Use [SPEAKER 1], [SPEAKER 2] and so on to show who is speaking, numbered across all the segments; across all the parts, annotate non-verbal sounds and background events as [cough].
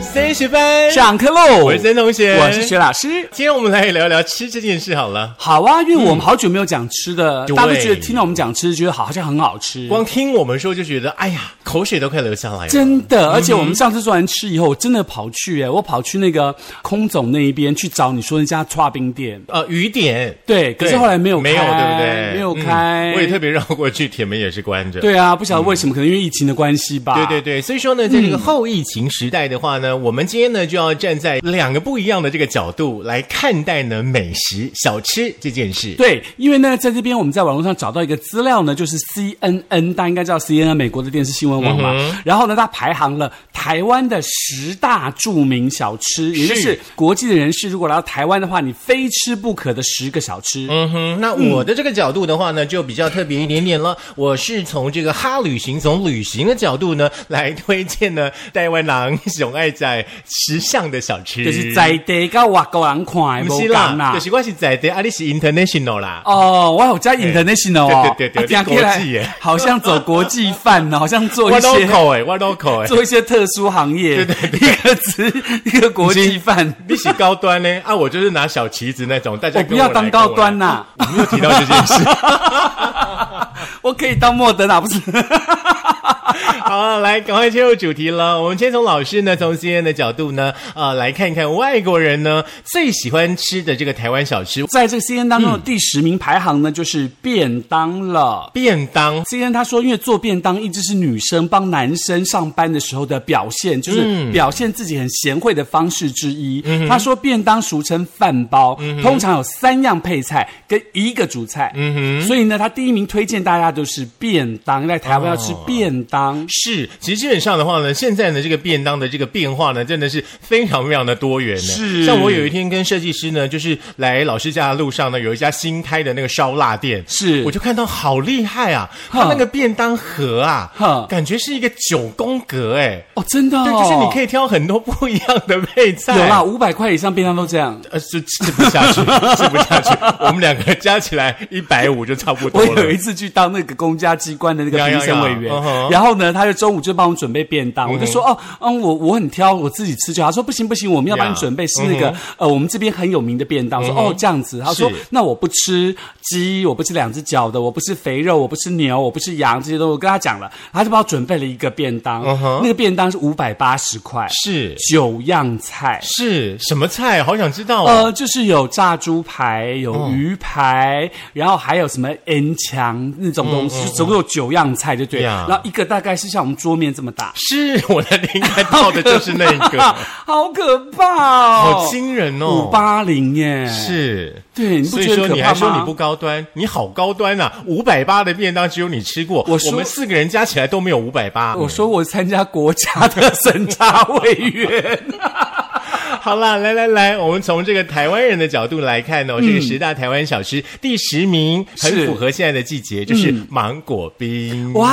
[SPEAKER 1] 三十分，
[SPEAKER 2] [laughs] 上课喽！
[SPEAKER 1] 我是森同学，
[SPEAKER 2] 我是薛老师。
[SPEAKER 1] 今天我们来聊聊吃这件事好了。
[SPEAKER 2] 好啊，因为我们好久没有讲吃的，
[SPEAKER 1] 嗯对
[SPEAKER 2] 大家都觉得听到我们讲吃，觉得好像很好吃。
[SPEAKER 1] 光听我们说就觉得，哎呀，口水都快流下来了。
[SPEAKER 2] 真的，而且我们上次做完吃以后，我真的跑去哎，我跑去那个空总那一边去找你说那家串冰店。
[SPEAKER 1] 呃，雨点，
[SPEAKER 2] 对，可是后来没有
[SPEAKER 1] 没有，
[SPEAKER 2] 开
[SPEAKER 1] 对不对？
[SPEAKER 2] 没有
[SPEAKER 1] 嗯
[SPEAKER 2] 开。
[SPEAKER 1] 我也特别绕过去，铁门也是关着。
[SPEAKER 2] 对啊，不晓得为什么，可能因为疫情的关系吧。
[SPEAKER 1] 对对对，所以说呢，在
[SPEAKER 2] 嗯
[SPEAKER 1] 这个后疫情时代的话呢，我们今天呢就要站在两个不一样的这个角度来看待呢美食小吃这件事。
[SPEAKER 2] 对，因为呢，在这边我们在网络上找到一个资料呢，就是 CNN，大家应该知道 CNN 美国的电视新闻网嘛。然后呢，它排行了台湾的十大著名小吃，也就是
[SPEAKER 1] 是
[SPEAKER 2] 国际的人士如果来到台湾的话，你非吃不可的十个小吃。
[SPEAKER 1] 嗯哼，那我的这个角度的话呢，就比较特别一点点了。我是从这个哈旅行，从旅行的角度呢，来推荐呢台湾人熊爱在时尚的小吃，
[SPEAKER 2] 就是在地跟外国人看的
[SPEAKER 1] 不
[SPEAKER 2] 无
[SPEAKER 1] 是
[SPEAKER 2] 同
[SPEAKER 1] 啦，就
[SPEAKER 2] 啦。
[SPEAKER 1] 是我是在地，啊，你是 international 啊啦。
[SPEAKER 2] 哦，我有加 international 哦，
[SPEAKER 1] 对对对对
[SPEAKER 2] 啊听起来
[SPEAKER 1] 国际耶
[SPEAKER 2] 好像走国际范呢，好像做
[SPEAKER 1] 我
[SPEAKER 2] 一些
[SPEAKER 1] local 哎，我 local 哎，
[SPEAKER 2] 做一些特殊行业，一个词一个国际范。
[SPEAKER 1] 你是高端呢？啊，我就是拿小旗子那种，大家
[SPEAKER 2] 我不要当高端啊
[SPEAKER 1] 呐、
[SPEAKER 2] 呐、
[SPEAKER 1] 我没有提到这
[SPEAKER 2] [laughs]
[SPEAKER 1] 件事。
[SPEAKER 2] 我可以当莫德纳，不是？ [laughs]
[SPEAKER 1] 好，来赶快切入主题了。我们先从老师呢，从 C N 的角度呢，啊、来看一看外国人呢最喜欢吃的这个台湾小吃
[SPEAKER 2] 在这个 C N 当中的第十名排行呢，就是便当了。
[SPEAKER 1] 便当。
[SPEAKER 2] C N 他说，因为做便当一直是女生帮男生上班的时候的表
[SPEAKER 1] 嗯
[SPEAKER 2] 现，就是表现自己很贤惠的方式之一。他说，便当俗称饭包，
[SPEAKER 1] 嗯
[SPEAKER 2] 通常有三样配菜跟一个主菜。所以呢，他第一名推荐大家都是便当，在台湾要吃便当。
[SPEAKER 1] 是，其实基本上的话呢，现在呢这个便当的这个变化呢，真的是非常非常的多元呢。
[SPEAKER 2] 是
[SPEAKER 1] 像我有一天跟设计师呢，就是来老师家的路上呢，有一家新开的那个烧腊店，
[SPEAKER 2] 是
[SPEAKER 1] 我就看到好厉害啊，
[SPEAKER 2] 哼
[SPEAKER 1] 它那个便当盒啊
[SPEAKER 2] 哼，
[SPEAKER 1] 感觉是一个九宫格哎，
[SPEAKER 2] 哦，真的、哦，
[SPEAKER 1] 对，就是你可以挑很多不一样的配菜。
[SPEAKER 2] 有啦，，五百块以上便当都这样。
[SPEAKER 1] 呃，就吃不
[SPEAKER 2] [laughs]
[SPEAKER 1] 下去，吃不下去。我们两个加起来一百五就差不多
[SPEAKER 2] 我
[SPEAKER 1] 了。
[SPEAKER 2] 有一次去当那个公家机关的那个
[SPEAKER 1] 呀呀
[SPEAKER 2] 评审
[SPEAKER 1] 呀
[SPEAKER 2] 委员
[SPEAKER 1] 嗯哼
[SPEAKER 2] 然后呢，他就中午就帮我们准备便当，我就说哦，嗯，我我很挑，我自己吃就好。他说不行不行，我们要帮你
[SPEAKER 1] 呀嗯
[SPEAKER 2] 准备是那个、呃，我们这边很有名的便当。我说哦这样子，他
[SPEAKER 1] 是
[SPEAKER 2] 说那我不吃鸡，我不吃两只脚的，我不吃肥肉，我不吃牛，我不吃羊这些东西。我跟他讲了，他就帮我准备了一个便当，那个便当是五百八十块，
[SPEAKER 1] 嗯是
[SPEAKER 2] 九样菜。
[SPEAKER 1] 是什么菜？好想知道哦。
[SPEAKER 2] 呃，就是有炸猪排，有鱼排，然后还有什么 N 强那种东西，就总共有九样菜，就对。
[SPEAKER 1] 嗯呀
[SPEAKER 2] 然后一个大概是像我们桌面这么大，
[SPEAKER 1] 是我的灵感到的就是那个，
[SPEAKER 2] [laughs] 好可怕哦！
[SPEAKER 1] 好惊人哦！
[SPEAKER 2] 五八零耶，，
[SPEAKER 1] 是。
[SPEAKER 2] 对，你不
[SPEAKER 1] 所以
[SPEAKER 2] 觉
[SPEAKER 1] 说
[SPEAKER 2] 得可
[SPEAKER 1] 你
[SPEAKER 2] 怕
[SPEAKER 1] 还说你不
[SPEAKER 2] 吗？
[SPEAKER 1] 高端，你好高端呐、啊！五百八的便当只有你吃过，
[SPEAKER 2] 我说
[SPEAKER 1] 们四个人加起来都没有五百八。
[SPEAKER 2] 我说我参加国家的审查
[SPEAKER 1] [laughs]
[SPEAKER 2] 委员，
[SPEAKER 1] 嗯好啦，来来来，我们从这个台湾人的角度来看呢、
[SPEAKER 2] 嗯
[SPEAKER 1] 哦，这个十大台湾小吃第十名很
[SPEAKER 2] 是
[SPEAKER 1] 符合现在的季节，就是芒果冰。
[SPEAKER 2] 嗯哇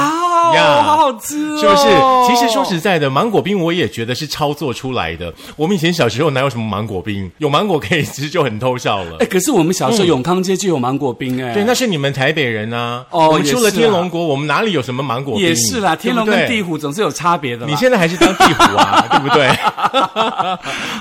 [SPEAKER 1] 呀
[SPEAKER 2] 哦，好好吃哦！
[SPEAKER 1] 是不是？其实说实在的，芒果冰我也觉得是操作出来的。我们以前小时候哪有什么芒果冰，有芒果可以吃就很偷笑了
[SPEAKER 2] 哎，。可是我们小时候永康街就有芒果冰哎，
[SPEAKER 1] 嗯对，那是你们台北人啊。
[SPEAKER 2] 哦
[SPEAKER 1] 我们出了
[SPEAKER 2] 也是啊
[SPEAKER 1] 天龙国，我们哪里有什么芒果冰？
[SPEAKER 2] 也是啦，天龙
[SPEAKER 1] 对
[SPEAKER 2] 跟
[SPEAKER 1] 不对
[SPEAKER 2] 地虎啊总是有差别的啦。
[SPEAKER 1] 你现在还是当地虎
[SPEAKER 2] [laughs]
[SPEAKER 1] 啊，对不对？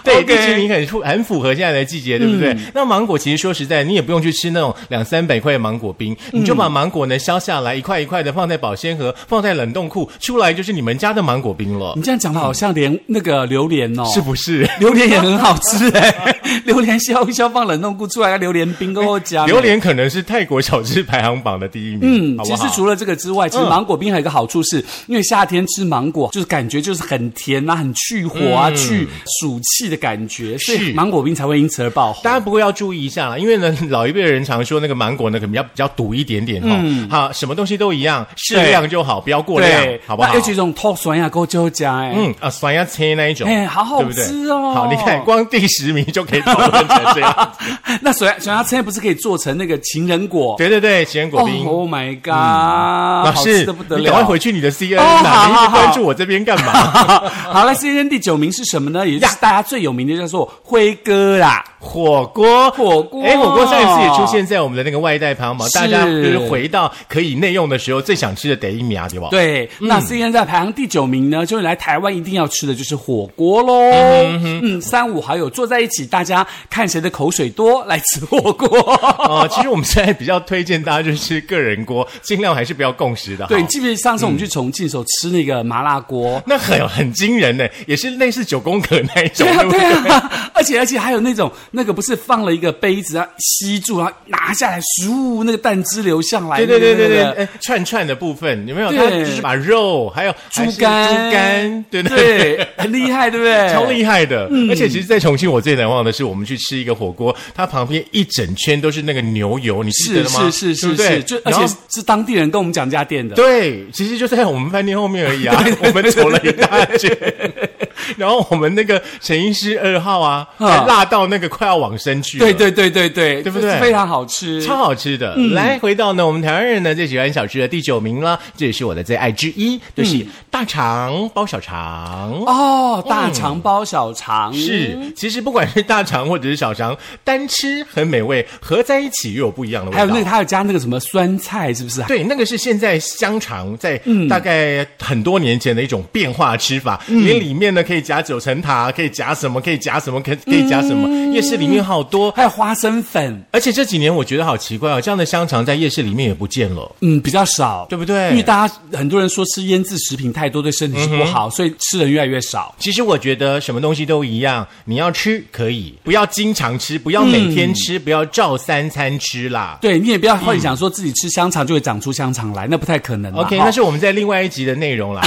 [SPEAKER 1] 对，
[SPEAKER 2] OK 嗯
[SPEAKER 1] 地区你很符很符合现在的季节，对不对？那芒果其实说实在，你也不用去吃那种两三百块的芒果冰，
[SPEAKER 2] 嗯
[SPEAKER 1] 你就把芒果呢削下来一块一块的放在保鲜盒，放在冷冻库，出来就是你们家的芒果冰了
[SPEAKER 2] 你，这样讲的好像连那个榴莲哦，
[SPEAKER 1] 嗯是不是？
[SPEAKER 2] 榴莲也很好吃哎、 [laughs] 榴莲削一削放冷冻库出来，要榴莲冰跟我加
[SPEAKER 1] 榴。莲可能是泰国小吃排行榜的第一名，
[SPEAKER 2] 嗯，
[SPEAKER 1] 好不
[SPEAKER 2] 其
[SPEAKER 1] 好
[SPEAKER 2] 实除了这个之外，其实
[SPEAKER 1] 嗯
[SPEAKER 2] 芒果冰还有一个好处是，因为夏天吃芒果就是感觉就是很甜啊，很去火啊，去暑气的感觉，所以
[SPEAKER 1] 嗯是
[SPEAKER 2] 芒果冰才会因此而爆红
[SPEAKER 1] 大。家不过要注意一下啦，因为呢， [laughs] 老一辈人常说那个芒果呢，可能比较比较毒一点点哈、好，什么东西都一样，适
[SPEAKER 2] 嗯对
[SPEAKER 1] 量就好，不要过量，好不好？
[SPEAKER 2] 那尤其这种偷酸呀，够就加哎。
[SPEAKER 1] 嗯啊，酸鸭切那一种，
[SPEAKER 2] 哎好好
[SPEAKER 1] 对不对
[SPEAKER 2] 吃哦
[SPEAKER 1] 好，你看光第十名就可以讨论成这
[SPEAKER 2] [laughs]
[SPEAKER 1] 样。
[SPEAKER 2] [laughs] 那水水鸭车不是可以做成那个情人果？
[SPEAKER 1] 对对对，咸果
[SPEAKER 2] 哦
[SPEAKER 1] 冰。嗯
[SPEAKER 2] ，Oh my god，、
[SPEAKER 1] 老
[SPEAKER 2] 好
[SPEAKER 1] 师
[SPEAKER 2] 吃的不，得
[SPEAKER 1] 你
[SPEAKER 2] 了。
[SPEAKER 1] 赶快回去你的 C N
[SPEAKER 2] 哦好
[SPEAKER 1] 啦！你一
[SPEAKER 2] 好
[SPEAKER 1] 直关
[SPEAKER 2] 好 [laughs]
[SPEAKER 1] 注我这边干嘛？
[SPEAKER 2] 好了，那 C N 第九名是什么呢？也就是大家最有名的叫做辉哥啦，
[SPEAKER 1] 火锅，
[SPEAKER 2] 火锅
[SPEAKER 1] 哎，火锅上一次也出现在我们的那个外带排行榜，
[SPEAKER 2] 是
[SPEAKER 1] 大家就是回到可以内用的时候最想吃的得一秒，对吧？，
[SPEAKER 2] 对，
[SPEAKER 1] 嗯
[SPEAKER 2] 那 C N 在排行第九名呢，就是来台湾一定要吃的就是火锅喽。嗯，三五好友坐在一起，大家看谁的口水多，来吃火锅。
[SPEAKER 1] [laughs] 哦，其实我们现在比较推荐大家就是吃个人锅， [laughs] 尽量还是不要共食的。
[SPEAKER 2] [laughs] 对，
[SPEAKER 1] 好
[SPEAKER 2] 你记不记得上次我们去重庆的时候吃那个麻辣锅？
[SPEAKER 1] 那很很惊人呢，也是类似九宫格那一种，
[SPEAKER 2] 对啊，
[SPEAKER 1] [laughs] 不
[SPEAKER 2] 对啊， [laughs] 而且而且还有那种那个不是放了一个杯子啊，吸住，然后拿下来，咻，那个蛋汁流下来。
[SPEAKER 1] 对对对对对，
[SPEAKER 2] 那个
[SPEAKER 1] 哎串串的部分有没有？
[SPEAKER 2] 对
[SPEAKER 1] 它就是把肉还有
[SPEAKER 2] 猪
[SPEAKER 1] 还是
[SPEAKER 2] 肝，
[SPEAKER 1] 猪肝，对对对。
[SPEAKER 2] 对，嗯很厉害，对不
[SPEAKER 1] [laughs]
[SPEAKER 2] 对？
[SPEAKER 1] 超厉害的，而且其实，在重庆我最难忘的是，我们去吃一个火锅，它旁边一整圈都是那个牛油，你记
[SPEAKER 2] 是
[SPEAKER 1] 得吗？对
[SPEAKER 2] 是是是
[SPEAKER 1] 不对
[SPEAKER 2] 是，就而
[SPEAKER 1] 然
[SPEAKER 2] 且
[SPEAKER 1] 后
[SPEAKER 2] 是是当地人跟我们讲这家店的。
[SPEAKER 1] 对，其实就在我们饭店后面而已
[SPEAKER 2] [laughs]
[SPEAKER 1] 啊，我们走了一大圈，然后我们那个陈医师二号啊，
[SPEAKER 2] 啊
[SPEAKER 1] 还辣到那个快要往生去了，
[SPEAKER 2] 对对嗯对对对，
[SPEAKER 1] 对不
[SPEAKER 2] 就是
[SPEAKER 1] 对
[SPEAKER 2] 非常好吃。
[SPEAKER 1] 超好吃的。来，回到呢，我们台湾人呢最喜欢小吃的第九名了，这也是我的最爱之一，就是大肠包小肠。
[SPEAKER 2] 嗯哦，大肠包小肠、
[SPEAKER 1] 是，其实不管是大肠或者是小肠，单吃很美味，合在一起又有不一样的味道。
[SPEAKER 2] 还有那个，它有加那个什么酸菜，是不是？
[SPEAKER 1] [laughs] 对，那个是现在香肠在大概很多年前的一种变化吃法，连里面呢可以夹九层塔，可以夹什么，可以夹什么，可以可以夹什么。夜市里面好多，
[SPEAKER 2] 还有花生粉，
[SPEAKER 1] 而且这几年我觉得好奇怪哦，这样的香肠在夜市里面也不见了，
[SPEAKER 2] 嗯，比较少，
[SPEAKER 1] 对不对？
[SPEAKER 2] 因为大家很多人说吃腌制食品太多对身体是不
[SPEAKER 1] 嗯
[SPEAKER 2] 好，所以吃的越来越少。
[SPEAKER 1] 其实我觉得什么东西都一样，你要吃可以，不要经常吃，不要每天吃，不要照三餐吃啦。
[SPEAKER 2] 对你也不要幻想说自己吃香肠就会长出香肠来，那不太可能啦。
[SPEAKER 1] OK，
[SPEAKER 2] 哈
[SPEAKER 1] 那是我们在另外一集的内容啦。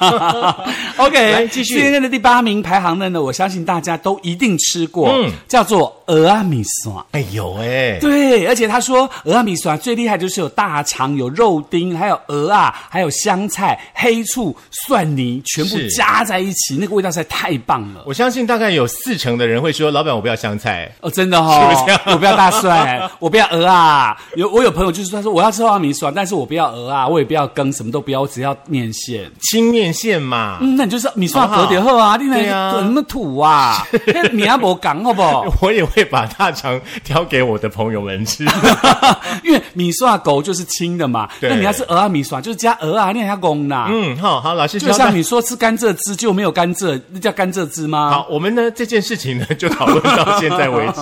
[SPEAKER 1] 哦
[SPEAKER 2] [laughs] OK，
[SPEAKER 1] 来继续
[SPEAKER 2] 今天的第八名排行的呢，我相信大家都一定吃过，
[SPEAKER 1] 嗯
[SPEAKER 2] 叫做俄阿米酸。
[SPEAKER 1] 哎有哎、
[SPEAKER 2] 对，而且他说鹅啊米酸最厉害就是有大肠、有肉丁，还有鹅啊，还有香菜、黑醋、蒜泥，全部
[SPEAKER 1] 是
[SPEAKER 2] 加在一起，那个味道实在太棒了。
[SPEAKER 1] 我相信大概有四成的人会说，老板我不要香菜。
[SPEAKER 2] 哦，真的
[SPEAKER 1] 是不是这
[SPEAKER 2] 哦
[SPEAKER 1] 样，
[SPEAKER 2] [laughs] 我不要大蒜，我不要鹅啊。有我有朋友就是他说我要吃花米酸，但是我不要鹅啊，我也不要羹，什么都不要，我只要面线。
[SPEAKER 1] 青面线嘛，
[SPEAKER 2] 嗯，那你就是米蒜
[SPEAKER 1] 好不
[SPEAKER 2] 隔
[SPEAKER 1] 好
[SPEAKER 2] 点后啊，另外
[SPEAKER 1] 对啊
[SPEAKER 2] 怎么
[SPEAKER 1] [laughs]
[SPEAKER 2] 土啊？你阿伯讲好不 [laughs] 好？
[SPEAKER 1] 我也会把大肠挑给我的朋友们吃。
[SPEAKER 2] 因为米蒜狗就是清的嘛，
[SPEAKER 1] 对
[SPEAKER 2] 那你要吃鹅啊米蒜，就是加鹅啊，那要公啦。
[SPEAKER 1] 嗯，好好，老师
[SPEAKER 2] 就
[SPEAKER 1] 教大
[SPEAKER 2] 像你说吃甘蔗汁就没有甘蔗，那叫甘蔗汁吗？
[SPEAKER 1] 好，我们呢这件事情呢就讨论
[SPEAKER 2] [laughs]
[SPEAKER 1] 到现在为止。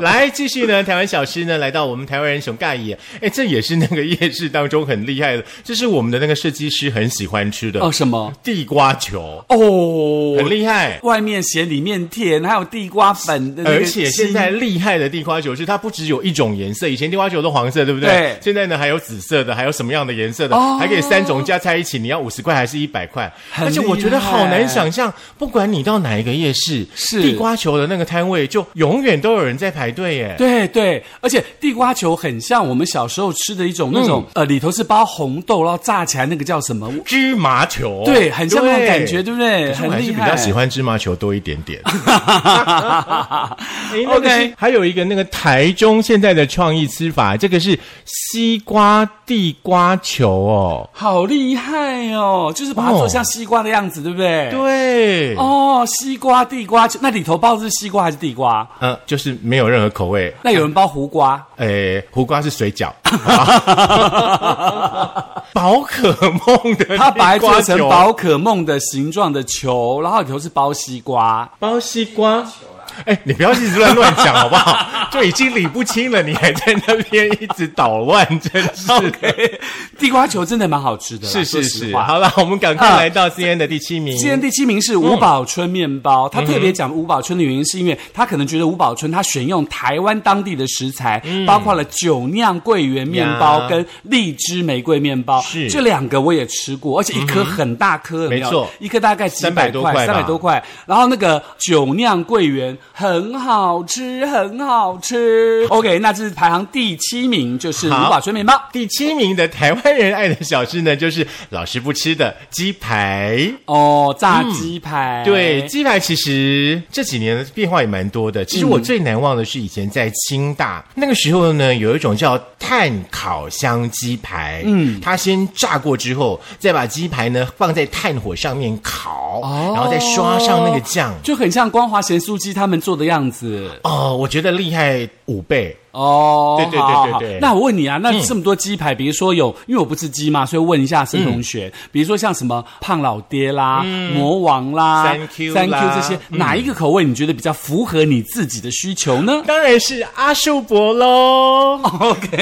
[SPEAKER 1] 来，继续呢，台湾小吃呢来到我们台湾人熊盖野，哎，这也是那个夜市当中很厉害的，这是我们的那个设计师很喜欢吃的
[SPEAKER 2] 哦，什么？
[SPEAKER 1] 地瓜球，
[SPEAKER 2] 哦，
[SPEAKER 1] 很厉害。
[SPEAKER 2] 外面咸里面甜，还有地瓜粉的那个
[SPEAKER 1] 而且现在
[SPEAKER 2] 鸡
[SPEAKER 1] 厉害的地瓜球是它不只有一种颜色，以前地瓜球都黄色，对不对？
[SPEAKER 2] 对哦
[SPEAKER 1] 现在呢还有紫色的，还有什么样的颜色的，还可以三种加在一起，你要五十块还是一百块？
[SPEAKER 2] 很
[SPEAKER 1] 而且我觉得好难想象，不管你到哪一个夜市，
[SPEAKER 2] 是
[SPEAKER 1] 地瓜球的那个摊位，就永远都有人在排队耶。
[SPEAKER 2] 对对，而且地瓜球很像我们小时候吃的一种那种、
[SPEAKER 1] 嗯
[SPEAKER 2] 呃，里头是包红豆，然后炸起来那个叫什么？
[SPEAKER 1] 芝麻球，
[SPEAKER 2] 对，很像那种感觉，对不对？
[SPEAKER 1] 可是我
[SPEAKER 2] 很
[SPEAKER 1] 还是
[SPEAKER 2] 厉
[SPEAKER 1] 比
[SPEAKER 2] 害。
[SPEAKER 1] 较喜欢芝麻球多一点 [laughs] 点。诶那哎个是
[SPEAKER 2] OK，
[SPEAKER 1] 还有一个那个台中现在的创意吃法，这个是西瓜地瓜球哦。
[SPEAKER 2] 好厉害哦！就是把它做
[SPEAKER 1] 哦
[SPEAKER 2] 像西瓜的样子，对不对？。
[SPEAKER 1] 对，
[SPEAKER 2] 哦，西瓜、地瓜，那里头包的是西瓜还是地瓜？
[SPEAKER 1] 嗯，就是没有任何口味。
[SPEAKER 2] 那有人包胡瓜。
[SPEAKER 1] 诶，胡瓜是水 [laughs] 饺，宝可梦的
[SPEAKER 2] 它把它
[SPEAKER 1] [laughs] 地瓜
[SPEAKER 2] 做成
[SPEAKER 1] 球
[SPEAKER 2] 宝可梦的形状的球，然后里头是包西瓜。
[SPEAKER 1] 包西瓜。哎，你不要一直乱乱讲好不好？ [laughs] 就已经理不清了，你还在那边一直捣乱，真是。
[SPEAKER 2] 地瓜球真的蛮好吃的啦，
[SPEAKER 1] 是
[SPEAKER 2] 说
[SPEAKER 1] 是
[SPEAKER 2] 实
[SPEAKER 1] 是，
[SPEAKER 2] 话。
[SPEAKER 1] 好了，我们赶快
[SPEAKER 2] 啊
[SPEAKER 1] 来到 C N 的第七名。
[SPEAKER 2] 今天第七名是五宝春面包，
[SPEAKER 1] 嗯
[SPEAKER 2] 他特别讲五宝春的原因，是因为他可能觉得五宝春他选用台湾当地的食材，包括了酒酿桂圆面包
[SPEAKER 1] 嗯呀
[SPEAKER 2] 跟荔枝玫瑰面包，
[SPEAKER 1] 是嗯
[SPEAKER 2] 这两个我也吃过，而且一颗很大颗，有没有
[SPEAKER 1] 没错
[SPEAKER 2] 一颗大概几百
[SPEAKER 1] 300多
[SPEAKER 2] 块，
[SPEAKER 1] 块
[SPEAKER 2] 三
[SPEAKER 1] 吧
[SPEAKER 2] 百多块。然后那个酒酿桂圆很好吃，很好吃。OK，那这是排行第七名，就是五
[SPEAKER 1] 好
[SPEAKER 2] 宝春面包。
[SPEAKER 1] 第七名的台湾人爱的小吃呢，就是老师不吃的鸡排。
[SPEAKER 2] 哦，炸鸡排，
[SPEAKER 1] 嗯对，鸡排其实这几年的变化也蛮多的。其实我最难忘的是以前在清大、那个时候呢，有一种叫炭烤香鸡排，嗯，它先炸过之后，再把鸡排呢放在炭火上面烤。炒，
[SPEAKER 2] 哦
[SPEAKER 1] 然后再刷上那个酱。
[SPEAKER 2] 就很像光华咸酥鸡他们做的样子
[SPEAKER 1] 哦，我觉得厉害五倍。
[SPEAKER 2] 哦。
[SPEAKER 1] 对对对
[SPEAKER 2] 好好
[SPEAKER 1] 对
[SPEAKER 2] 好
[SPEAKER 1] 对嗯
[SPEAKER 2] 那我问你啊，那这么多鸡排，比如说有，因为我不吃鸡嘛，所以问一下沈同学，
[SPEAKER 1] 嗯
[SPEAKER 2] 比如说像什么胖老爹啦、魔王啦、
[SPEAKER 1] 三 Q
[SPEAKER 2] 三 Q
[SPEAKER 1] 嗯啦嗯
[SPEAKER 2] 这些，哪一个口味你觉得比较符合你自己的需
[SPEAKER 1] [laughs]
[SPEAKER 2] 求呢？ [laughs]
[SPEAKER 1] 当然是阿寿伯喽。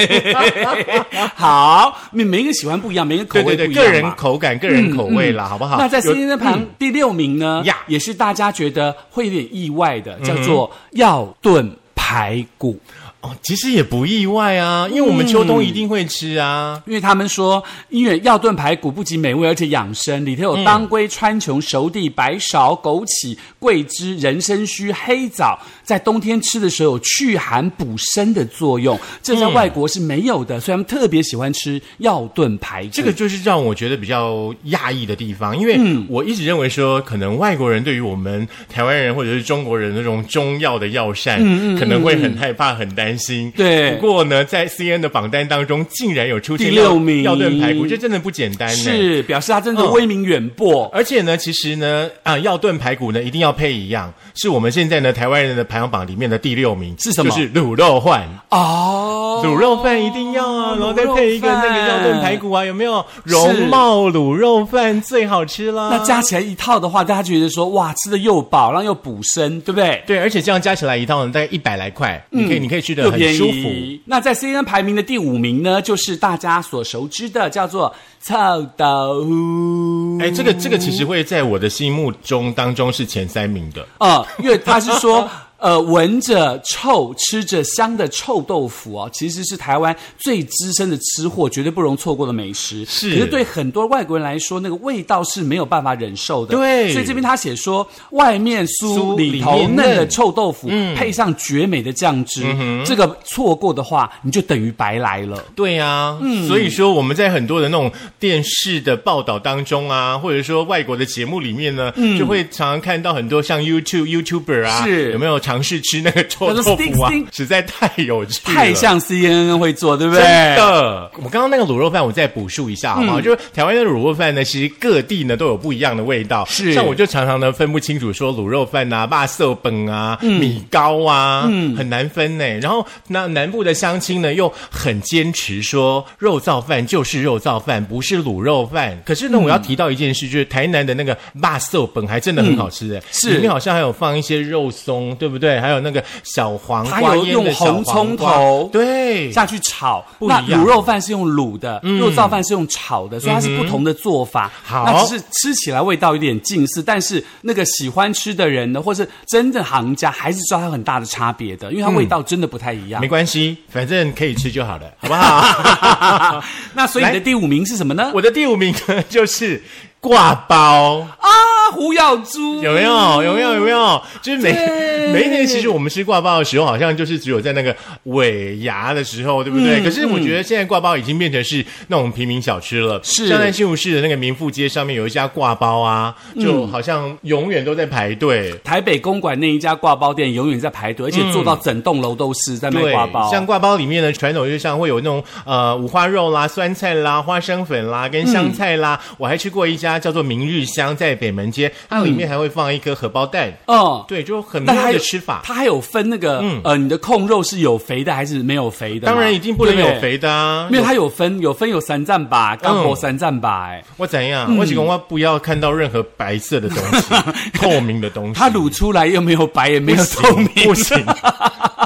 [SPEAKER 2] OK，好，每每一个喜欢不一样，每一个口
[SPEAKER 1] 对
[SPEAKER 2] 味
[SPEAKER 1] 对
[SPEAKER 2] 不
[SPEAKER 1] 对，
[SPEAKER 2] 一样嘛嗯
[SPEAKER 1] 个人口感、个人口味啦，好不好？
[SPEAKER 2] 那在
[SPEAKER 1] 有嗯
[SPEAKER 2] CNN 旁第六名呢，
[SPEAKER 1] 呀嗯
[SPEAKER 2] 也是大家觉得会有点意外的，叫做药炖排骨。
[SPEAKER 1] 哦，其实也不意外啊，因为我们秋冬一定会吃啊。
[SPEAKER 2] 因为他们说，因为药炖排骨不仅美味，而且养生。里头有当归、川穹、熟地、白芍、枸杞、桂枝、人参须、黑枣，在冬天吃的时候有去寒补身的作用，这在外国是没有的，所以他们特别喜欢吃药炖排骨。
[SPEAKER 1] 这个就是让我觉得比较讶异的地方，因为
[SPEAKER 2] 嗯
[SPEAKER 1] 我一直认为说，可能外国人对于我们台湾人或者是中国人那种中药的药
[SPEAKER 2] 嗯
[SPEAKER 1] 膳，可能会很害怕、很担心。
[SPEAKER 2] 对
[SPEAKER 1] 不过呢，在 C N 的榜单当中，竟然有出现
[SPEAKER 2] 第六
[SPEAKER 1] 药
[SPEAKER 2] 名
[SPEAKER 1] 药炖排骨，这真的不简单呢。
[SPEAKER 2] 是表示他真的
[SPEAKER 1] 嗯
[SPEAKER 2] 威名远播。
[SPEAKER 1] 而且呢，其实呢，啊，药炖排骨呢一定要配一样，是我们现在呢台湾人的排行榜里面的第六名
[SPEAKER 2] 是什么
[SPEAKER 1] 就是卤肉饭，
[SPEAKER 2] 哦，
[SPEAKER 1] 卤肉饭一定要啊，然后再配一个那个药炖排。骨啊，有没有？
[SPEAKER 2] 是
[SPEAKER 1] 容茂卤肉饭最好吃啦。
[SPEAKER 2] 哦那加起来一套的话，大家觉得说哇，吃的又饱，然后又补身，对不对？
[SPEAKER 1] 对，而且这样加起来一套呢，大概一百来块，你可以你可以吃的
[SPEAKER 2] 又
[SPEAKER 1] 很
[SPEAKER 2] 便
[SPEAKER 1] 舒服。
[SPEAKER 2] 宜。那在 CNN 排名的第五名呢，就是大家所熟知的叫做臭豆腐。
[SPEAKER 1] 哎，这个这个其实会在我的心目中当中是前三名的。
[SPEAKER 2] 呃，因为他是
[SPEAKER 1] [laughs]
[SPEAKER 2] 说，呃，闻着臭，吃着香的臭豆腐哦，其实是台湾最资深的吃货，绝对不容错过的美食。
[SPEAKER 1] 是
[SPEAKER 2] 可是对很多外国人来说，那个味道是没有办法忍受的。
[SPEAKER 1] 对
[SPEAKER 2] 所以这边他写说，外面酥
[SPEAKER 1] 酥
[SPEAKER 2] 里
[SPEAKER 1] 里
[SPEAKER 2] 头
[SPEAKER 1] 面
[SPEAKER 2] 嫩的
[SPEAKER 1] 嫩嗯
[SPEAKER 2] 臭豆腐，配上绝美的酱汁，这个错过的话，你就等于白来了。
[SPEAKER 1] 对啊，
[SPEAKER 2] 嗯
[SPEAKER 1] 所以说我们在很多的那种电视的报道当中啊，或者说外国的节目里面呢，就会常常看到很多像 YouTube YouTuber 啊，
[SPEAKER 2] 嗯是
[SPEAKER 1] 有没有尝试吃那个臭
[SPEAKER 2] 叫
[SPEAKER 1] 豆
[SPEAKER 2] 做
[SPEAKER 1] 腐啊
[SPEAKER 2] sting-sting？
[SPEAKER 1] 实在太有趣了，
[SPEAKER 2] 太像 CNN 会做，对不对？
[SPEAKER 1] 真的，我刚刚那个卤肉饭，我再补述一下好不
[SPEAKER 2] 嗯
[SPEAKER 1] 好？就是台湾的卤肉饭呢，其实各地呢都有不一样的味道。
[SPEAKER 2] 是
[SPEAKER 1] 像我就常常呢分不清楚，说卤肉饭啊、辣色本啊、
[SPEAKER 2] 嗯
[SPEAKER 1] 米糕啊，很难分呢。然后那南部的乡亲呢，又很坚持说肉燥饭就是肉燥饭，不是卤肉饭。可是呢，我要提到一件事，就是台南的那个辣色本还真的很好吃诶，
[SPEAKER 2] 嗯是
[SPEAKER 1] 里面好像还有放一些肉松，对不对？还有那个小黄
[SPEAKER 2] 还
[SPEAKER 1] 瓜
[SPEAKER 2] 有
[SPEAKER 1] 腌的
[SPEAKER 2] 用
[SPEAKER 1] 小
[SPEAKER 2] 红葱
[SPEAKER 1] 黄瓜
[SPEAKER 2] 头
[SPEAKER 1] 对，
[SPEAKER 2] 下去炒。
[SPEAKER 1] 不
[SPEAKER 2] 那
[SPEAKER 1] 一样嗯
[SPEAKER 2] 卤肉饭是用卤的，肉燥饭是用炒的，所以它是不同的做法。
[SPEAKER 1] 好
[SPEAKER 2] 那只是吃起来味道有点近似，但是那个喜欢吃的人呢，或是真的行家，还是知道它有很大的差别的，因为它味道真的不太一样
[SPEAKER 1] 没。关系，反正可以吃就好了，好不 [laughs] 好？
[SPEAKER 2] [laughs] 那所以你的
[SPEAKER 1] 嗯来
[SPEAKER 2] 第五名是什么呢？
[SPEAKER 1] 我的第五名呢就是挂包，
[SPEAKER 2] 啊，胡咬猪
[SPEAKER 1] 有没有？有没有？有没有？就是每
[SPEAKER 2] 对
[SPEAKER 1] 每一年，其实我们吃挂包的时候，好像就是只有在那个尾牙的时候，对不
[SPEAKER 2] 嗯
[SPEAKER 1] 对？可是我觉得现在挂包已经变成是那种平民小吃了。
[SPEAKER 2] 是
[SPEAKER 1] 像在新竹市的那个民富街上面有一家挂包啊，就
[SPEAKER 2] 嗯
[SPEAKER 1] 好像永远都在排队。
[SPEAKER 2] 台北公馆那一家挂包店永远在排队，而且做到整栋楼都是在
[SPEAKER 1] 嗯
[SPEAKER 2] 卖
[SPEAKER 1] 对，
[SPEAKER 2] 挂包。
[SPEAKER 1] 像挂包里面呢，传统就像会有那种呃五花肉啦、酸菜啦、花生粉啦、
[SPEAKER 2] 嗯
[SPEAKER 1] 跟香菜啦。我还去过一家叫做明日香，在北门街，它里面还会放一颗荷包蛋。
[SPEAKER 2] 嗯，
[SPEAKER 1] 对，就很
[SPEAKER 2] 但
[SPEAKER 1] 妙
[SPEAKER 2] 它
[SPEAKER 1] 的
[SPEAKER 2] 有
[SPEAKER 1] 吃法。嗯
[SPEAKER 2] 它还有分那个、呃，你的控肉是有肥的还是没有肥的吗？
[SPEAKER 1] 当然一定不能
[SPEAKER 2] 对对
[SPEAKER 1] 有嗯肥的啊！
[SPEAKER 2] 没有，它有分，有分有三站吧，刚火三站吧，哎、
[SPEAKER 1] 我怎样？我只跟我不要看到任何白色的东
[SPEAKER 2] [laughs]
[SPEAKER 1] 西、透明的东西。
[SPEAKER 2] 它卤出来又没有白，也没有透明，
[SPEAKER 1] 不行。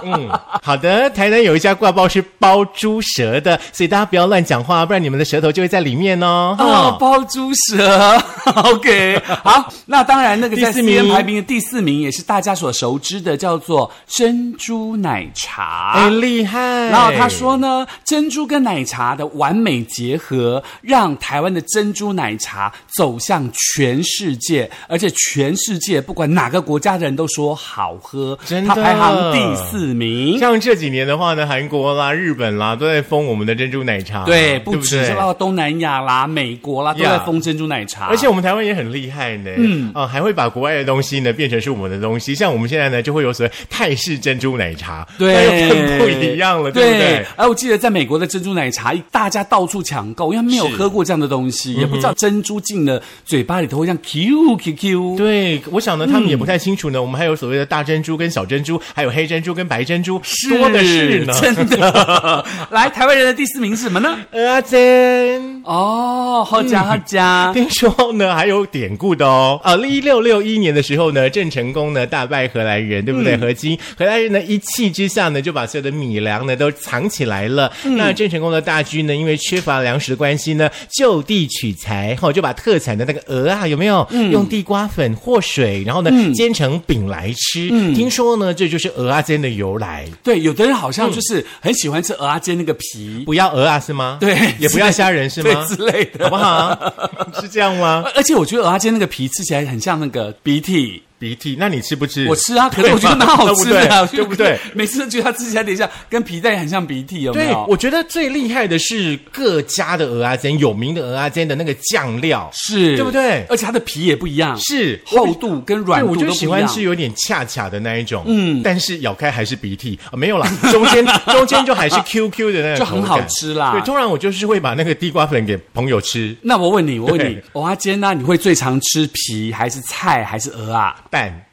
[SPEAKER 1] 嗯，好的。台南有一家挂包是包猪舌的，所以大家不要乱讲话，不然你们的舌头就会在里面哦。
[SPEAKER 2] 哦，包猪舌，OK，好，
[SPEAKER 1] [laughs]
[SPEAKER 2] 那当然，那个
[SPEAKER 1] 第
[SPEAKER 2] 在
[SPEAKER 1] 四
[SPEAKER 2] C
[SPEAKER 1] 名
[SPEAKER 2] N 排名的第四名，也是大家所熟知的，叫做珍珠奶茶。
[SPEAKER 1] 哎，厉害！
[SPEAKER 2] 然后他说呢，珍珠跟奶茶的完美结合，让台湾的珍珠奶茶走向全世界，而且全世界不管哪个国家的人都说好喝，
[SPEAKER 1] 真的
[SPEAKER 2] 它排行第四子明。
[SPEAKER 1] 像这几年的话呢，韩国啦、日本啦都在封我们的珍珠奶茶，
[SPEAKER 2] 对，
[SPEAKER 1] 不
[SPEAKER 2] 不止
[SPEAKER 1] 对
[SPEAKER 2] 是包括东南亚啦、美国啦，都在
[SPEAKER 1] 呀
[SPEAKER 2] 封珍珠奶茶，
[SPEAKER 1] 而且我们台湾也很厉害呢，嗯啊、还会把国外的东西呢变成是我们的东西。像我们现在呢，就会有所谓泰式珍珠奶茶，那
[SPEAKER 2] 对，
[SPEAKER 1] 又更不一样了，对
[SPEAKER 2] 对
[SPEAKER 1] 不对？
[SPEAKER 2] 哎，我记得在美国的珍珠奶茶，大家到处抢购，因为没有
[SPEAKER 1] 是嗯
[SPEAKER 2] 喝过这样的东西，也不知道珍珠进了嘴巴里头会像 Q Q Q。
[SPEAKER 1] 对，我想呢，他们也不太清楚呢。我们还有所谓的大珍珠、跟小珍珠，还有黑珍珠跟白珍珠，多的是呢。
[SPEAKER 2] 真
[SPEAKER 1] [laughs]
[SPEAKER 2] 的。来，台湾人的第四名是什么呢？
[SPEAKER 1] 呃阿珍。
[SPEAKER 2] 哦，好家好家，
[SPEAKER 1] [laughs] 听说呢，还有典故的
[SPEAKER 2] [laughs]
[SPEAKER 1] 哦。啊，一六六一年的时候呢，郑成功呢大败荷兰人，对
[SPEAKER 2] 嗯
[SPEAKER 1] 不对？荷金，荷兰人呢一气之下呢，就把所有的米粮呢都藏起来了。
[SPEAKER 2] 嗯
[SPEAKER 1] 那郑成功的大军呢，因为缺乏粮食的关系呢，就地取材，哈、就把特产的那个鹅啊，有没有？
[SPEAKER 2] 嗯
[SPEAKER 1] 用地瓜粉和水，然后呢、煎成饼来吃。
[SPEAKER 2] 嗯
[SPEAKER 1] 听说呢，这就是鹅啊煎的由来。
[SPEAKER 2] 对，有的人好像就是很喜欢吃鹅啊煎那个皮，
[SPEAKER 1] 不要鹅啊，是吗？
[SPEAKER 2] 对
[SPEAKER 1] 也不要虾仁，是
[SPEAKER 2] [laughs] 对
[SPEAKER 1] 吗？
[SPEAKER 2] 之类
[SPEAKER 1] 好
[SPEAKER 2] 的
[SPEAKER 1] 不。好？是这样吗？
[SPEAKER 2] 而而且我觉得鹅啊煎那个皮吃起来很像那个鼻涕，
[SPEAKER 1] 鼻涕，那你吃不吃？
[SPEAKER 2] 我吃啊，可是我觉得
[SPEAKER 1] 对
[SPEAKER 2] 蛮
[SPEAKER 1] 嘛
[SPEAKER 2] 好吃的啊，
[SPEAKER 1] 对不对对不对？
[SPEAKER 2] 每次都觉得它吃起来等一下跟皮带很像鼻涕，有没
[SPEAKER 1] 对
[SPEAKER 2] 有，？
[SPEAKER 1] 我觉得最厉害的是各家的鹅阿煎，有名的鹅阿煎的那个酱料
[SPEAKER 2] 是，
[SPEAKER 1] 对不对
[SPEAKER 2] 而且它的皮也不一样，
[SPEAKER 1] 是
[SPEAKER 2] 厚。度跟软
[SPEAKER 1] 对，
[SPEAKER 2] 度
[SPEAKER 1] 我
[SPEAKER 2] 都
[SPEAKER 1] 就
[SPEAKER 2] 不一样。
[SPEAKER 1] 喜欢吃有点恰恰的那一种，嗯，但是咬开还是鼻涕啊、没有 [laughs] 啦，中间中间就还是 QQ 的那个
[SPEAKER 2] 就很
[SPEAKER 1] 口感
[SPEAKER 2] 好吃啦
[SPEAKER 1] 对，通常我就是会把那个地瓜粉给朋友吃，
[SPEAKER 2] 那我问你，我问你
[SPEAKER 1] 对，
[SPEAKER 2] 蚵仔煎呢、你会最常吃皮还是菜还是鹅啊？
[SPEAKER 1] 蛋，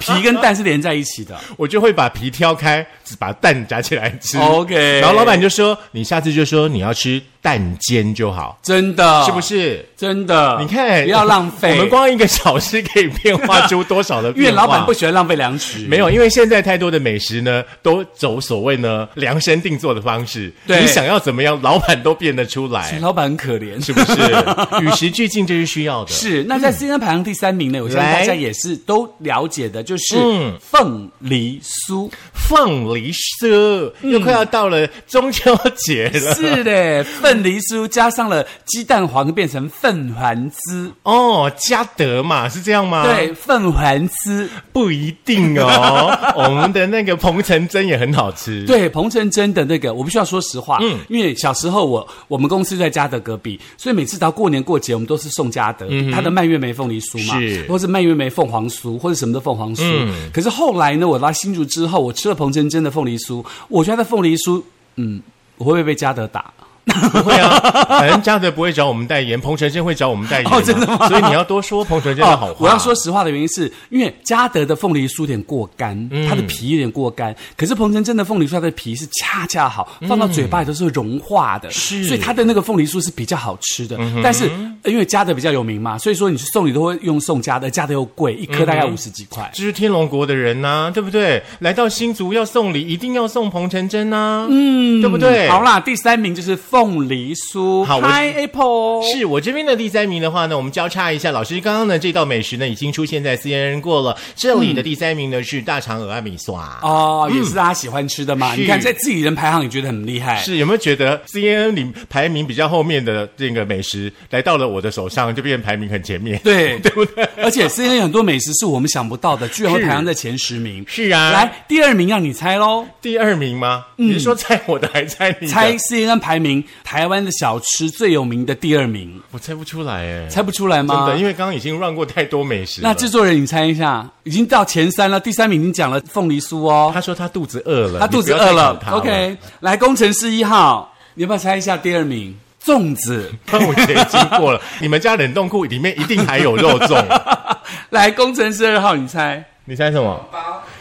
[SPEAKER 2] 皮跟蛋是连在一起的。
[SPEAKER 1] 我就会把皮挑开，只把蛋夹起来吃。
[SPEAKER 2] OK
[SPEAKER 1] 然后老板就说，你下次就说你要吃蛋煎就好，
[SPEAKER 2] 真的，
[SPEAKER 1] 是不？是？
[SPEAKER 2] 真的，
[SPEAKER 1] 你看，
[SPEAKER 2] 不要浪费。
[SPEAKER 1] [laughs] 我们光一个小时可以变化出多少的 [laughs]
[SPEAKER 2] 因为
[SPEAKER 1] 变化？
[SPEAKER 2] 老板不喜欢浪费粮食，
[SPEAKER 1] 没有，因为现在太多的美食呢，都走所谓呢量身定做的方式。
[SPEAKER 2] 对
[SPEAKER 1] 你想要怎么样，老板都变得出
[SPEAKER 2] [laughs]
[SPEAKER 1] 来，
[SPEAKER 2] 老板很可怜。
[SPEAKER 1] 是不是？与时俱进，这是需要的。
[SPEAKER 2] 是，那在新人排行第三名呢，我相信
[SPEAKER 1] 来
[SPEAKER 2] 大家也是都了解的，就是
[SPEAKER 1] 嗯
[SPEAKER 2] 凤梨
[SPEAKER 1] [laughs]
[SPEAKER 2] 酥。
[SPEAKER 1] 凤梨酥，又快要到了中秋节了。
[SPEAKER 2] 嗯是的，凤梨酥加上了鸡蛋黄，变成凤凰丝。
[SPEAKER 1] 哦，嘉德嘛，是这样吗？
[SPEAKER 2] 对，，凤凰丝。
[SPEAKER 1] 不一定
[SPEAKER 2] [laughs]
[SPEAKER 1] 哦。我们的那个彭城蒸也很好吃。，
[SPEAKER 2] 对，彭城真的那个，我必须要说实话，
[SPEAKER 1] 嗯
[SPEAKER 2] 因为小时候我我们公司就在嘉德隔壁，所以每次到过年过节，我们都是送嘉德，他的蔓越莓凤梨酥嘛，
[SPEAKER 1] 嗯是嗯
[SPEAKER 2] 或是蔓越莓凤凰酥，或者什么的凤凰酥。可是后来呢，我到新竹之后，我吃了彭城真的凤梨酥，我觉得它的凤梨酥，嗯，我会不会被嘉德打？
[SPEAKER 1] 不会啊，反正嘉德不会找我们代言，彭城蒸会找我们代言、
[SPEAKER 2] [laughs] 哦真的吗
[SPEAKER 1] 所以你要多说彭城蒸的好话。
[SPEAKER 2] 哦我要说实话的原因是因为嘉德的凤梨酥有点过干，
[SPEAKER 1] 嗯
[SPEAKER 2] 它的皮有点过干。可是彭城真的凤梨酥，它的皮是恰恰好，放到嘴巴里都是融化的，
[SPEAKER 1] 是嗯
[SPEAKER 2] 所以它的那个凤梨酥是比较好吃的。但是因为嘉德比较有名嘛，所以说你去送礼都会用送嘉德，嘉德又贵，一颗大
[SPEAKER 1] 嗯
[SPEAKER 2] 概五十几块。
[SPEAKER 1] 这是天龙国的人呐、对不对？来到新竹要送礼，一定要送彭城珍呐、嗯，对不对？
[SPEAKER 2] 好啦，第三名就是凤梨酥
[SPEAKER 1] 好我嗯
[SPEAKER 2] ，pineapple。
[SPEAKER 1] 是我这边的第三名的话呢，我们交叉一下。老师刚刚呢，这道美食呢已经出现在 CNN 过了。这里的第三名呢、是大肠鹅啊阿米刷。
[SPEAKER 2] 嗯哦，也是大家喜欢吃的嘛。
[SPEAKER 1] 是
[SPEAKER 2] 你看，在自己人排行也觉得很厉害，
[SPEAKER 1] 是有没有觉得 CNN 里排名比较后面的这个美食来到了我的手上，就变排名很前面？
[SPEAKER 2] [laughs]
[SPEAKER 1] [laughs]
[SPEAKER 2] 对，对不对？而且 C N 很多美食是我们想不到的，居然会
[SPEAKER 1] 是
[SPEAKER 2] 排行在前十名。
[SPEAKER 1] 是啊，
[SPEAKER 2] 来，第二名让你猜喽，
[SPEAKER 1] 第二名吗？你是说猜我的还猜你的？
[SPEAKER 2] 嗯猜 C N 排名台湾的小吃最有名的第二名，
[SPEAKER 1] 我猜不出来哎，
[SPEAKER 2] 猜不出来
[SPEAKER 1] 嗯真
[SPEAKER 2] 吗
[SPEAKER 1] 的，？因为刚刚已经乱过太多美食了。
[SPEAKER 2] 那制作人，你猜一下，已经到前三了，第三名已经讲了凤梨酥
[SPEAKER 1] [laughs]
[SPEAKER 2] 哦，
[SPEAKER 1] 他说他肚子饿了，
[SPEAKER 2] 他肚子饿
[SPEAKER 1] 你不要
[SPEAKER 2] 了
[SPEAKER 1] 再。考他
[SPEAKER 2] OK，来，工程师一号，你要不要猜一下第二名？粽
[SPEAKER 1] [laughs]
[SPEAKER 2] 子，
[SPEAKER 1] 端午节经过 [laughs] 了，你们家冷冻库里面一定还有肉粽。
[SPEAKER 2] 来，工程师二号，你猜？
[SPEAKER 1] [laughs] 你猜什么？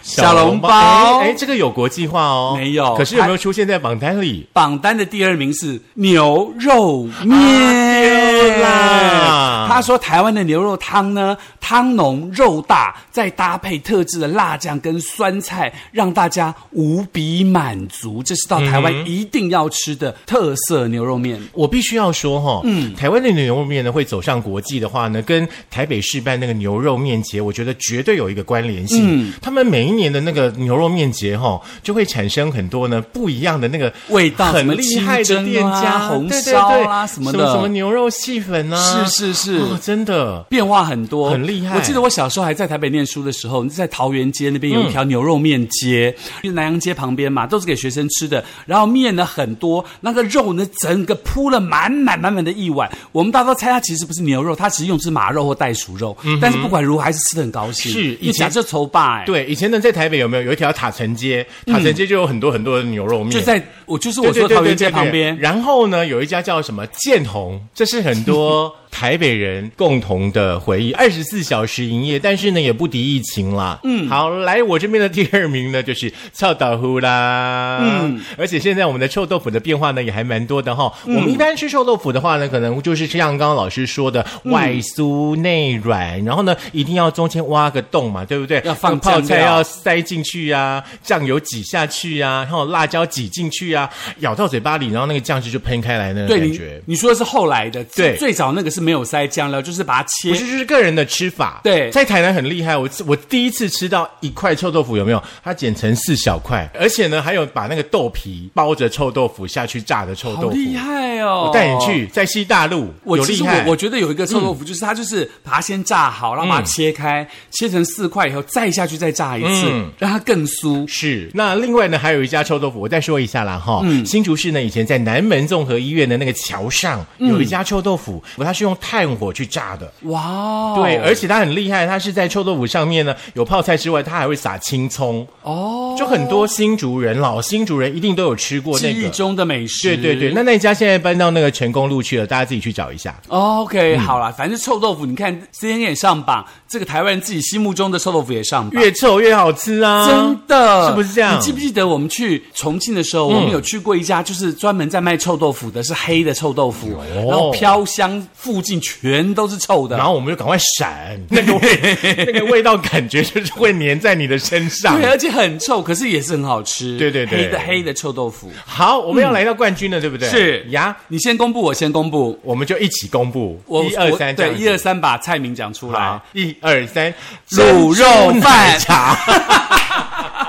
[SPEAKER 2] 小笼包
[SPEAKER 1] 哎，哎这个有国际化哦，
[SPEAKER 2] 没有
[SPEAKER 1] 可是有没有出现在榜单里？
[SPEAKER 2] 榜单的第二名是牛肉
[SPEAKER 1] 啊
[SPEAKER 2] 面、
[SPEAKER 1] 对啦
[SPEAKER 2] 他说台湾的牛肉汤呢，汤浓肉大，再搭配特制的辣酱跟酸菜，让大家无比满足。这是到台湾一定要吃的特色牛肉面。
[SPEAKER 1] 我必须要说哈、嗯，台湾的牛肉面呢会走上国际的话呢，跟台北市办那个牛肉面节，我觉得绝对有一个关联性。
[SPEAKER 2] 嗯
[SPEAKER 1] 他们每一年的那个牛肉面节哈、就会产生很多呢不一样的那个
[SPEAKER 2] 味道
[SPEAKER 1] 很
[SPEAKER 2] 什么
[SPEAKER 1] 厉害的
[SPEAKER 2] 清蒸
[SPEAKER 1] 店
[SPEAKER 2] 啊
[SPEAKER 1] 家，
[SPEAKER 2] 红
[SPEAKER 1] 对对
[SPEAKER 2] 烧
[SPEAKER 1] 对
[SPEAKER 2] 啦什么
[SPEAKER 1] 什么
[SPEAKER 2] 的
[SPEAKER 1] 牛肉细粉啊，
[SPEAKER 2] 是是是是。
[SPEAKER 1] 哦，真的，
[SPEAKER 2] 变化很多，
[SPEAKER 1] 很厉害
[SPEAKER 2] 我记得我小时候还在台北念书的时候，在桃园街那边有一
[SPEAKER 1] 嗯
[SPEAKER 2] 条牛肉面街，就是南洋街旁边嘛，都是给学生吃的。然后面呢很多，那个肉呢整个铺了满满满满的一碗。我们大家都猜它其实不是牛肉，它其实用的是马肉或袋鼠肉。但是不管如何，还是吃的很高兴。
[SPEAKER 1] 嗯是
[SPEAKER 2] 一
[SPEAKER 1] 以前
[SPEAKER 2] 夹就愁霸哎。。
[SPEAKER 1] 对，以前呢，在台北有没有有一条塔城街？塔城街就有很多很多的牛肉面，
[SPEAKER 2] 就在我就是
[SPEAKER 1] 对
[SPEAKER 2] 我
[SPEAKER 1] 对
[SPEAKER 2] 说
[SPEAKER 1] 对
[SPEAKER 2] 桃
[SPEAKER 1] 对
[SPEAKER 2] 园
[SPEAKER 1] 对
[SPEAKER 2] 街旁
[SPEAKER 1] 对
[SPEAKER 2] 边，
[SPEAKER 1] 然后呢，有一家叫什么建红，这是很多台北人共同的回忆，二十四小时营业，但是呢也不敌疫情啦。嗯，好，来我这边的第二名呢就是臭豆腐啦。嗯，而且现在我们的臭豆腐的变化呢也还蛮多的哈、
[SPEAKER 2] 嗯
[SPEAKER 1] 我们一般吃臭豆腐的话呢，可能就是像刚刚老师说的
[SPEAKER 2] 嗯
[SPEAKER 1] 外酥内软，然后呢一定要中间挖个洞嘛，对不对？
[SPEAKER 2] 要放
[SPEAKER 1] 泡
[SPEAKER 2] 酱
[SPEAKER 1] 菜
[SPEAKER 2] 料
[SPEAKER 1] 要塞进去啊，酱油挤下去啊，然后辣椒挤进去啊，咬到嘴巴里，然后那个酱汁就喷开来那个
[SPEAKER 2] 对
[SPEAKER 1] 感
[SPEAKER 2] 你
[SPEAKER 1] 觉。
[SPEAKER 2] 你说的是后来的，
[SPEAKER 1] 对
[SPEAKER 2] 最早那个是没有塞酱料，就是把它切
[SPEAKER 1] 不是，就是个人的吃法。
[SPEAKER 2] 对
[SPEAKER 1] 在台南很厉害。我我第一次吃到一块臭豆腐，有没有？它剪成四小块，而且呢，还有把那个豆皮包着臭豆腐下去炸的臭
[SPEAKER 2] 好
[SPEAKER 1] 豆腐。
[SPEAKER 2] 厉害哦！
[SPEAKER 1] 我带你去，在西大路
[SPEAKER 2] 我
[SPEAKER 1] 有
[SPEAKER 2] 其
[SPEAKER 1] 厉
[SPEAKER 2] 实
[SPEAKER 1] 害。嗯
[SPEAKER 2] 我我觉得有一个臭豆腐，就是它就是把它先炸好，然后把它切开，切成四块以后再下去再炸一次，
[SPEAKER 1] 嗯
[SPEAKER 2] 让它更酥。
[SPEAKER 1] 是，那另外呢，还有一家臭豆腐，我再说一下啦哈。
[SPEAKER 2] 嗯
[SPEAKER 1] 新竹市呢，以前在南门综合医院的那个桥上、
[SPEAKER 2] 嗯
[SPEAKER 1] 有一家臭豆腐，它是用炭火去炸的。
[SPEAKER 2] 哇哦，
[SPEAKER 1] 对，而且它很厉害，它是在臭豆腐上面呢，有泡菜之外，它还会撒青葱，
[SPEAKER 2] 哦，
[SPEAKER 1] 就很多新竹人、老新竹人一定都有吃过那
[SPEAKER 2] 记忆
[SPEAKER 1] 个。
[SPEAKER 2] 中的美食，
[SPEAKER 1] 对对对，那那一家现在搬到那个成功路去了，大家自己去找
[SPEAKER 2] [laughs]
[SPEAKER 1] 一下。
[SPEAKER 2] 哦 OK，、好
[SPEAKER 1] 嗯
[SPEAKER 2] 啦，反正臭豆腐，你看 CNN 也上榜，这个台湾人自己心目中的臭豆腐也上榜。
[SPEAKER 1] 越臭越好吃啊！
[SPEAKER 2] 真的
[SPEAKER 1] 是不是这样嗯
[SPEAKER 2] 你记不记得我们去重庆的时候，我们有去过一家就是专门在卖臭豆腐的，是黑的臭豆腐，然后飘香附近全都是臭的
[SPEAKER 1] 然。后我们就赶快闪，那个
[SPEAKER 2] [laughs]
[SPEAKER 1] 味，那个味道感觉就是会粘在你的身上。
[SPEAKER 2] 对，啊而且很臭，可是也是很好吃。
[SPEAKER 1] 对对对
[SPEAKER 2] 黑的黑的臭豆腐
[SPEAKER 1] 好，我们要来到冠军了，对不
[SPEAKER 2] 嗯
[SPEAKER 1] 对？呀，
[SPEAKER 2] 你先公布，我先公布。
[SPEAKER 1] 我们就一起公布，
[SPEAKER 2] 我
[SPEAKER 1] 一二
[SPEAKER 2] 我
[SPEAKER 1] 三，
[SPEAKER 2] 对，一二三，把菜名讲出来
[SPEAKER 1] 好。，一二三，
[SPEAKER 2] 卤
[SPEAKER 1] [laughs]
[SPEAKER 2] 肉
[SPEAKER 1] 珍
[SPEAKER 2] 饭
[SPEAKER 1] 珠奶茶。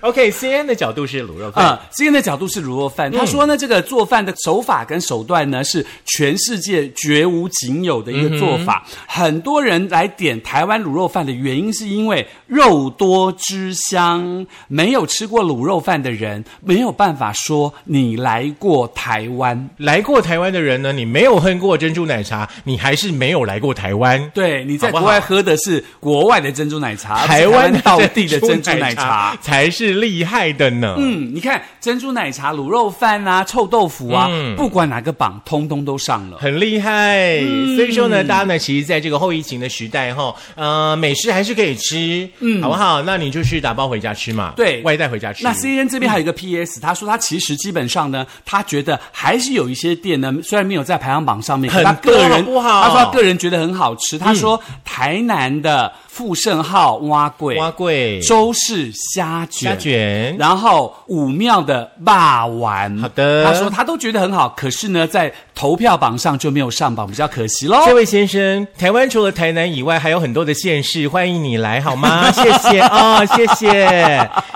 [SPEAKER 1] OK，CN 的角度是卤肉饭，
[SPEAKER 2] [laughs] 啊，今天的角度是卤肉
[SPEAKER 1] 嗯
[SPEAKER 2] 饭。他说呢，这个做饭的手法跟手段呢，是全世界绝无仅有的一个做法。
[SPEAKER 1] 嗯
[SPEAKER 2] 很多人来点台湾卤肉饭的原因，是因为肉多汁香。没有吃过卤肉饭的人，没有办法说你来过台湾。
[SPEAKER 1] 来过台湾的人呢，你没有喝过珍珠奶茶，你还是没有来过台湾。
[SPEAKER 2] 对，你在
[SPEAKER 1] 好不
[SPEAKER 2] 国
[SPEAKER 1] 好
[SPEAKER 2] 外喝的是国外的珍珠奶茶，而不是
[SPEAKER 1] 湾
[SPEAKER 2] 台道地的珍珠奶茶。
[SPEAKER 1] 才是厉害的呢。
[SPEAKER 2] 嗯，你看珍珠奶茶、卤肉饭啊、臭豆腐啊，
[SPEAKER 1] 嗯
[SPEAKER 2] 不管哪个榜，通通都上了。
[SPEAKER 1] 很厉害，
[SPEAKER 2] 嗯
[SPEAKER 1] 所以说呢，大家呢，其实在这个后疫情的时代哈，呃，美食还是可以吃，嗯，好不好？那你就是打包回家吃嘛，
[SPEAKER 2] 对
[SPEAKER 1] 外带回家吃。嗯
[SPEAKER 2] 那 C N 这边还有一个 P S，他说他其实基本上呢，他觉得还是有一些店呢，虽然没有在排行榜上面，可
[SPEAKER 1] 很
[SPEAKER 2] 他个人
[SPEAKER 1] 多好不好嗯
[SPEAKER 2] 他说他个人觉得很好吃。他说台南的富盛号蛙桂、
[SPEAKER 1] 花贵
[SPEAKER 2] 周氏虾卷、
[SPEAKER 1] 虾卷，
[SPEAKER 2] 然后武庙的霸丸，
[SPEAKER 1] 好的
[SPEAKER 2] 他说他都觉得很好，可是呢，在投票榜上就没有上榜，比较可惜喽。
[SPEAKER 1] 这位先生，台湾除了台南以外，还有很多的县市，欢迎你来好吗？谢谢啊、谢
[SPEAKER 2] [laughs]
[SPEAKER 1] 谢。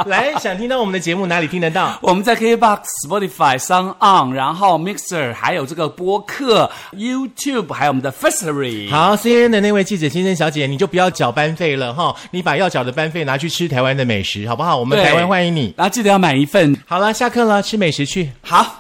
[SPEAKER 1] 来，想听到我们的节目哪里听得到？
[SPEAKER 2] 我们在 KBox、Spotify、s o n On，然后 Mixer，还有这个播客、YouTube，还有我们的 Firstory。
[SPEAKER 1] 好，CNN 的那位记者先生小姐，你就不要缴班费了哈，你把要缴的班费拿去吃台湾的美食，好不好？我们
[SPEAKER 2] 对
[SPEAKER 1] 台湾欢迎你。
[SPEAKER 2] 然后记得要买一份。
[SPEAKER 1] 好了，下课了，吃美食去。
[SPEAKER 2] 好。